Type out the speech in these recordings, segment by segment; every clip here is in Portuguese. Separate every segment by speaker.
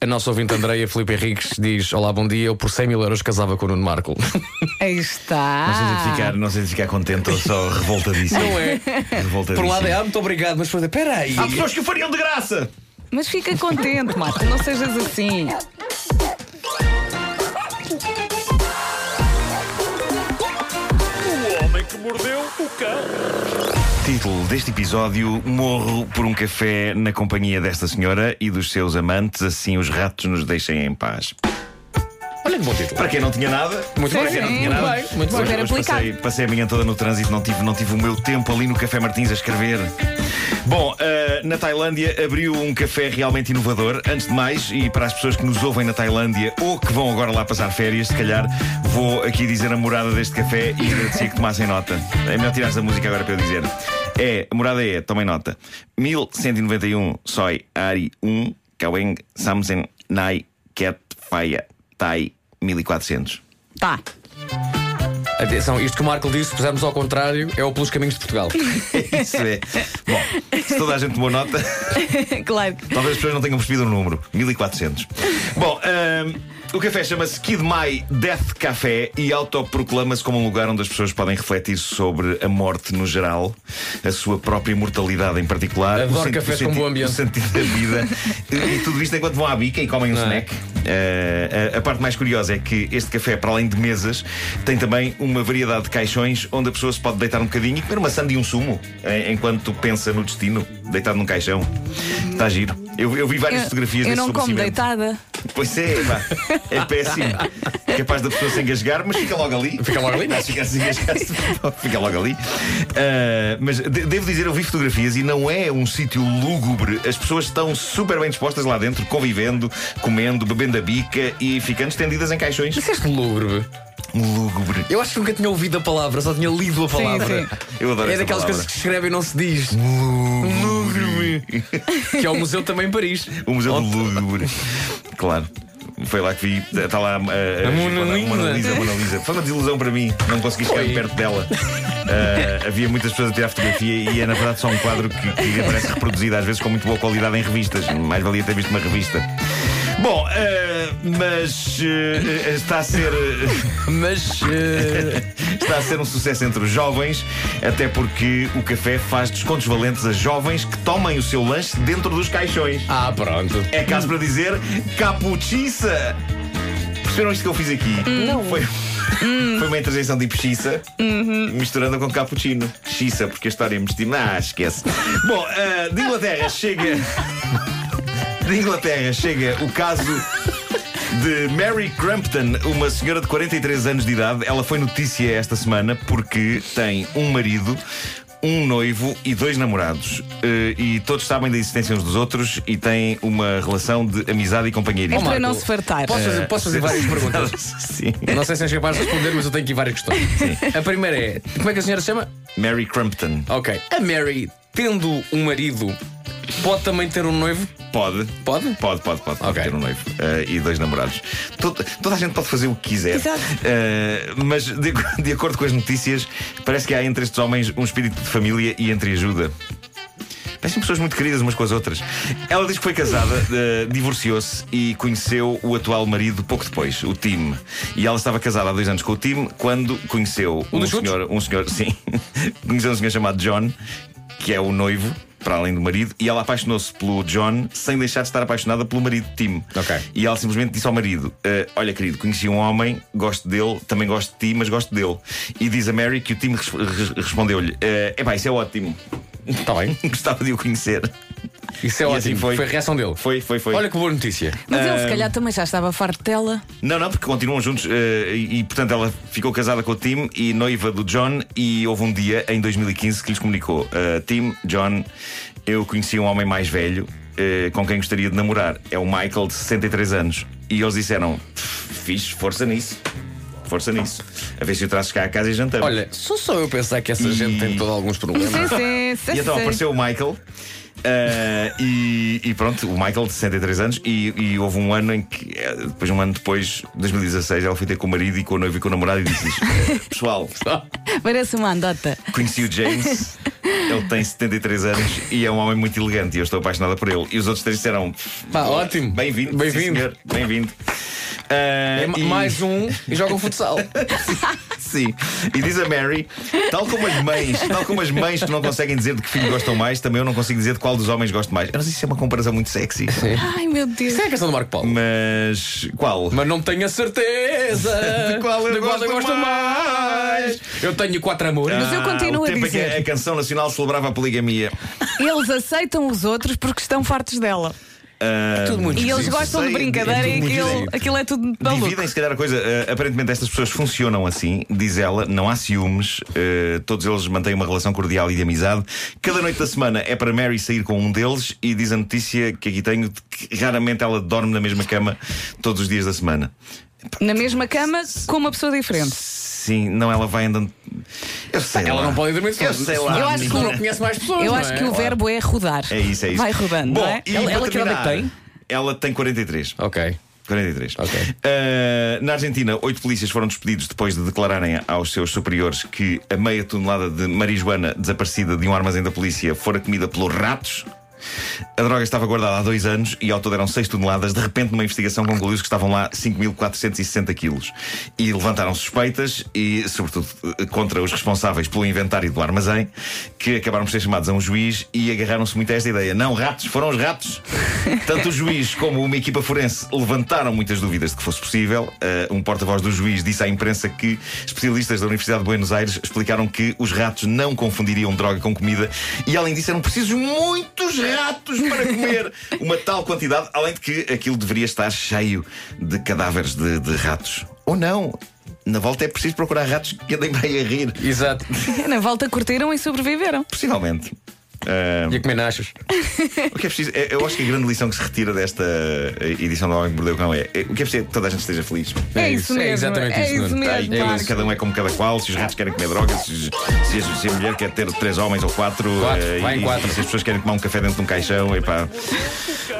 Speaker 1: A nossa ouvinte Andreia Felipe Henriques diz: Olá, bom dia, eu por 100 mil euros casava com o Nuno Marco.
Speaker 2: Aí está.
Speaker 3: Não sei se ficar, não sei se ficar contente ou só revoltadíssimo.
Speaker 1: Ah. Não é?
Speaker 3: Revoltadíssimo.
Speaker 1: Por um lado é, ah, muito obrigado, mas depois é, peraí.
Speaker 3: Há pessoas que o fariam de graça!
Speaker 2: Mas fica contente, Marco, não sejas assim.
Speaker 4: O homem que mordeu o cão.
Speaker 3: Título deste episódio: Morro por um café na companhia desta senhora e dos seus amantes, assim os ratos nos deixem em paz.
Speaker 1: Olha que bom título.
Speaker 3: Para quem não tinha nada,
Speaker 1: Muito
Speaker 3: para
Speaker 1: bem,
Speaker 3: quem não
Speaker 2: sim,
Speaker 3: tinha nada.
Speaker 1: muito bem, muito
Speaker 2: Super
Speaker 1: bem.
Speaker 3: Hoje passei,
Speaker 2: aplicado.
Speaker 3: passei a manhã toda no trânsito, não tive, não tive o meu tempo ali no Café Martins a escrever. Bom, eh, na Tailândia abriu um café realmente inovador. Antes de mais, e para as pessoas que nos ouvem na Tailândia ou que vão agora lá passar férias, se calhar vou aqui dizer a morada deste café e agradecer que tomassem nota. É melhor tirar da música agora para eu dizer. É, a morada é, tomem nota. 1191 Soi um, Ari 1 Kaweng Samsen Nai Ket Faya Tai 1400.
Speaker 2: Tá.
Speaker 1: Atenção, isto que o Marco disse, se pusermos ao contrário, é o pelos caminhos de Portugal.
Speaker 3: Isso é. Bom, se toda a gente tomou nota,
Speaker 2: claro.
Speaker 3: talvez as pessoas não tenham percebido o número. 1400. Bom, ahm, o café chama-se Kid Mai Death Café e autoproclama-se como um lugar onde as pessoas podem refletir sobre a morte no geral, a sua própria mortalidade em particular.
Speaker 1: Adoro
Speaker 3: o senti-
Speaker 1: cafés
Speaker 3: o
Speaker 1: com
Speaker 3: senti-
Speaker 1: bom ambiente.
Speaker 3: O sentido da vida. e, e tudo isto enquanto vão à bica e comem um
Speaker 1: Não é?
Speaker 3: snack. Ah, a, a parte mais curiosa é que este café, para além de mesas, tem também uma variedade de caixões onde a pessoa se pode deitar um bocadinho e comer uma sanda e um sumo eh, enquanto pensa no destino, deitado num caixão. Está giro. Eu, eu vi várias fotografias
Speaker 2: eu
Speaker 3: desse
Speaker 2: não como
Speaker 3: estabelecimento.
Speaker 2: deitada.
Speaker 3: Pois é, pá, é péssimo. É capaz da pessoa se engasgar, mas fica logo ali.
Speaker 1: Fica logo ali.
Speaker 3: Não, se fica, se engasgar, se- fica logo ali. Ah, mas de- devo dizer, eu vi fotografias e não é um sítio lúgubre. As pessoas estão super bem dispostas lá dentro, convivendo, comendo, bebendo a bica e ficando estendidas em caixões.
Speaker 1: Disseste é lúgubre.
Speaker 3: Lúgubre.
Speaker 1: Eu acho que nunca tinha ouvido a palavra, só tinha lido a palavra.
Speaker 2: sim.
Speaker 3: Eu adoro
Speaker 1: É
Speaker 3: esta
Speaker 1: daquelas coisas
Speaker 3: palavra. Hum.
Speaker 1: que se escreve e não se diz. Lúgubre. que é o museu também em Paris.
Speaker 3: O Museu do Lúgubre. Claro. Foi lá que vi. Está lá eh,
Speaker 1: A Mona
Speaker 3: Mona- Mona
Speaker 1: Lisa.
Speaker 3: Lisa. Mona Lisa. Foi uma desilusão para mim. Não consegui chegar
Speaker 1: Foi.
Speaker 3: perto dela. Eh, havia muitas pessoas a tirar fotografia e é na verdade só um quadro que, que aparece reproduzido, às vezes com muito boa qualidade em revistas. Mais valia ter visto uma revista. Bom, eh, mas eh, está a ser.
Speaker 1: Mas. eh,
Speaker 3: Está a ser um sucesso entre os jovens, até porque o café faz descontos valentes a jovens que tomem o seu lanche dentro dos caixões.
Speaker 1: Ah, pronto.
Speaker 3: É caso para dizer capuchiça. Perceberam isto que eu fiz aqui? Não. Foi, foi uma interjeição de pechiça misturando com cappuccino. Xiça, porque a história me estima. Ah, esquece. Bom, ah, de Inglaterra chega. De Inglaterra chega o caso de Mary Crampton, uma senhora de 43 anos de idade. Ela foi notícia esta semana porque tem um marido. Um noivo e dois namorados. Eh, e todos sabem da existência uns dos outros e têm uma relação de amizade e
Speaker 2: É
Speaker 3: companheirismo.
Speaker 2: para
Speaker 1: Marco,
Speaker 2: não se fartar.
Speaker 1: Posso fazer, posso fazer várias perguntas?
Speaker 3: Sim.
Speaker 1: Não sei se és capaz de responder, mas eu tenho aqui várias questões. A primeira é: como é que a senhora se chama?
Speaker 3: Mary Crampton.
Speaker 1: Ok. A Mary, tendo um marido, pode também ter um noivo?
Speaker 3: Pode.
Speaker 1: Pode?
Speaker 3: Pode, pode, pode. pode
Speaker 1: Ok.
Speaker 3: ter um noivo eh, e dois namorados. Todo- toda a gente pode fazer o que quiser.
Speaker 2: Exato.
Speaker 3: Eh, mas, de, ac- de acordo com as notícias, parece que há entre estes homens um espírito de família e entre ajuda. Parecem pessoas muito queridas umas com as outras. Ela diz que foi casada, eh, divorciou-se e conheceu o atual marido pouco depois, o Tim. E ela estava casada há dois anos com o Tim quando conheceu
Speaker 1: Um
Speaker 3: um
Speaker 1: dos chutes?
Speaker 3: senhor, um senhor, sim, conheceu um senhor chamado John, que é o noivo. Para além do marido, e ela apaixonou-se pelo John sem deixar de estar apaixonada pelo marido Tim.
Speaker 1: Ok.
Speaker 3: E ela simplesmente disse ao marido: "Eh, Olha, querido, conheci um homem, gosto dele, também gosto de ti, mas gosto dele. E diz a Mary que o Tim res- res- respondeu-lhe: É pá, isso é ótimo,
Speaker 1: Está bem.
Speaker 3: gostava de o conhecer.
Speaker 1: Isso é
Speaker 3: Tá
Speaker 1: ótimo.
Speaker 3: E assim
Speaker 1: foi.
Speaker 3: foi.
Speaker 1: a reação dele.
Speaker 3: Foi, foi, foi.
Speaker 1: Olha que boa notícia.
Speaker 2: Mas ele se calhar também já estava farto dela.
Speaker 3: Não, não, porque continuam juntos eh, e, e, portanto, ela ficou casada com o Tim e noiva do John. E houve um dia, em 2015, que lhes comunicou: eh, Tim, John, eu conheci um homem mais velho eh, com quem gostaria de namorar. É o Michael, de 63 anos. E eles disseram: Fiz, força nisso. Força nisso. A ver se o trazes cá a casa e jantamos.
Speaker 1: Olha, só só eu pensar que essa
Speaker 3: E-
Speaker 1: gente tem todos alguns
Speaker 2: Sim,
Speaker 1: problemas.
Speaker 2: sim, sim.
Speaker 3: É E então apareceu o Michael. eh, e, e pronto, o Michael de 63 anos e, e houve um ano em que eh, depois um ano depois, 2016, ela foi ter com o marido e com o noivo e com o namorado e disse-lhes eh, Pessoal,
Speaker 2: Parece uma andota.
Speaker 3: conheci o James Ele tem 73 anos e é um homem muito elegante e eu estou apaixonada por ele. E os outros três disseram:
Speaker 1: Pá, ótimo.
Speaker 3: Bem-vindo, sim,
Speaker 1: Bem-vindo.
Speaker 3: senhor, bem-vindo. Ah,
Speaker 1: É ma-
Speaker 3: e-
Speaker 1: mais um e joga um futsal.
Speaker 3: Sim. E diz a Mary, tal como as mães, tal como as mães que não conseguem dizer de que filho gostam mais, também eu não consigo dizer de qual dos homens gosto mais. Eu não sei se é uma comparação muito sexy,
Speaker 2: Ai meu Deus.
Speaker 1: Isso é a canção do Marco Paulo.
Speaker 3: mas qual?
Speaker 1: Mas não tenho a certeza
Speaker 3: De qual eu gosto mais. Ah,
Speaker 1: Eu tenho quatro amores.
Speaker 2: Mas eu continuo
Speaker 3: o
Speaker 2: a
Speaker 3: tempo Em que
Speaker 2: dizer.
Speaker 3: a canção nacional celebrava a poligamia.
Speaker 2: Eles aceitam os outros porque estão fartos dela.
Speaker 3: Ah,
Speaker 1: Tudo muito
Speaker 2: E eles
Speaker 1: esquisito.
Speaker 2: gostam de
Speaker 3: sei,
Speaker 2: brincadeira
Speaker 3: é
Speaker 2: e
Speaker 3: tudo muito
Speaker 2: aquilo,
Speaker 3: esquisito.
Speaker 2: aquilo é tudo maluco.
Speaker 3: Dividem, se calhar, a coisa. Ah, aparentemente, estas pessoas funcionam assim, diz ela, não há ciúmes, ah, todos eles mantêm uma relação cordial e de amizade. Cada noite da semana é para Mary sair com um deles e diz a notícia que aqui tenho de que raramente ela dorme na mesma cama todos os dias da semana.
Speaker 2: Na mesma cama com uma pessoa diferente.
Speaker 3: Sim, não, ela vai andando. Eu sei
Speaker 1: é Ela
Speaker 3: lá.
Speaker 1: não pode dormir
Speaker 3: Eu
Speaker 1: se-
Speaker 3: sei
Speaker 1: se-
Speaker 3: lá.
Speaker 2: Eu acho
Speaker 1: se
Speaker 2: que-
Speaker 1: não conhece mais pessoas.
Speaker 2: Eu
Speaker 1: não
Speaker 2: acho
Speaker 1: é?
Speaker 2: que o verbo é rodar.
Speaker 3: É isso, é isso.
Speaker 2: Vai rodando,
Speaker 3: Bom,
Speaker 2: não é?
Speaker 3: e
Speaker 1: Ela-
Speaker 3: para
Speaker 1: ela que idade é que
Speaker 3: terminar,
Speaker 1: tem?
Speaker 3: Ela tem 43.
Speaker 1: Ok.
Speaker 3: 43.
Speaker 1: Ok.
Speaker 3: Ah, na Argentina, oito polícias foram despedidos depois de declararem aos seus superiores que a meia tonelada de marijuana desaparecida de um armazém da polícia fora comida pelos ratos. A droga estava guardada há dois anos e ao todo eram 6 toneladas. De repente, numa investigação, concluiu-se que estavam lá 5.460 quilos. E levantaram suspeitas e, sobretudo, eh, contra os responsáveis pelo inventário do armazém, que acabaram por ser chamados a um juiz e agarraram-se muito a esta ideia. Não, ratos, foram os ratos. Tanto o juiz como uma equipa forense levantaram muitas dúvidas de que fosse possível. Eh, um porta-voz do juiz disse à imprensa que especialistas da Universidade de Buenos Aires explicaram que os ratos não confundiriam droga com comida e, além disso, eram precisos muitos ratos para comer uma tal quantidade, além de que aquilo deveria estar cheio de cadáveres de, de ratos. Ou não. Na volta é preciso procurar ratos que andem bem a rir.
Speaker 1: Exato.
Speaker 2: Na volta curtiram e sobreviveram.
Speaker 3: Possivelmente. Eh,
Speaker 1: E a comer nachos.
Speaker 3: o que é preciso, é- eu acho que a grande lição que se retira desta eh, edição do Homem que Mordeu o Cão é, é o que é preciso é que toda a gente esteja feliz.
Speaker 2: É,
Speaker 1: É
Speaker 2: isso
Speaker 1: isso, é
Speaker 2: mesmo.
Speaker 1: exatamente
Speaker 2: é
Speaker 1: isso,
Speaker 2: isso
Speaker 1: Nuno.
Speaker 3: Tá aí,
Speaker 2: mesmo.
Speaker 3: cada-
Speaker 2: Marco.
Speaker 3: cada um é como cada qual, se os ratos querem comer droga, se, se a- se a mulher quer ter três homens ou quatro,
Speaker 1: Quatro,
Speaker 3: eh,
Speaker 1: vai em
Speaker 3: e,
Speaker 1: quatro.
Speaker 3: e se as pessoas querem tomar um café dentro de um caixão, epá.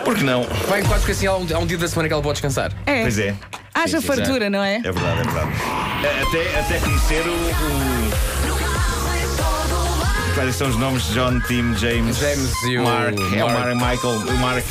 Speaker 3: Por que não?
Speaker 1: Vai quase que assim há um, há um dia da semana que ela pode descansar.
Speaker 2: É.
Speaker 3: Pois é,
Speaker 2: Haja
Speaker 1: sim,
Speaker 2: fartura, não é?
Speaker 3: é verdade, é verdade. Eh, Até, até conhecer o. o- Quais são os nomes? John, Tim, James,
Speaker 1: James e o
Speaker 3: Mark, É o Mar- Michael, o Mark.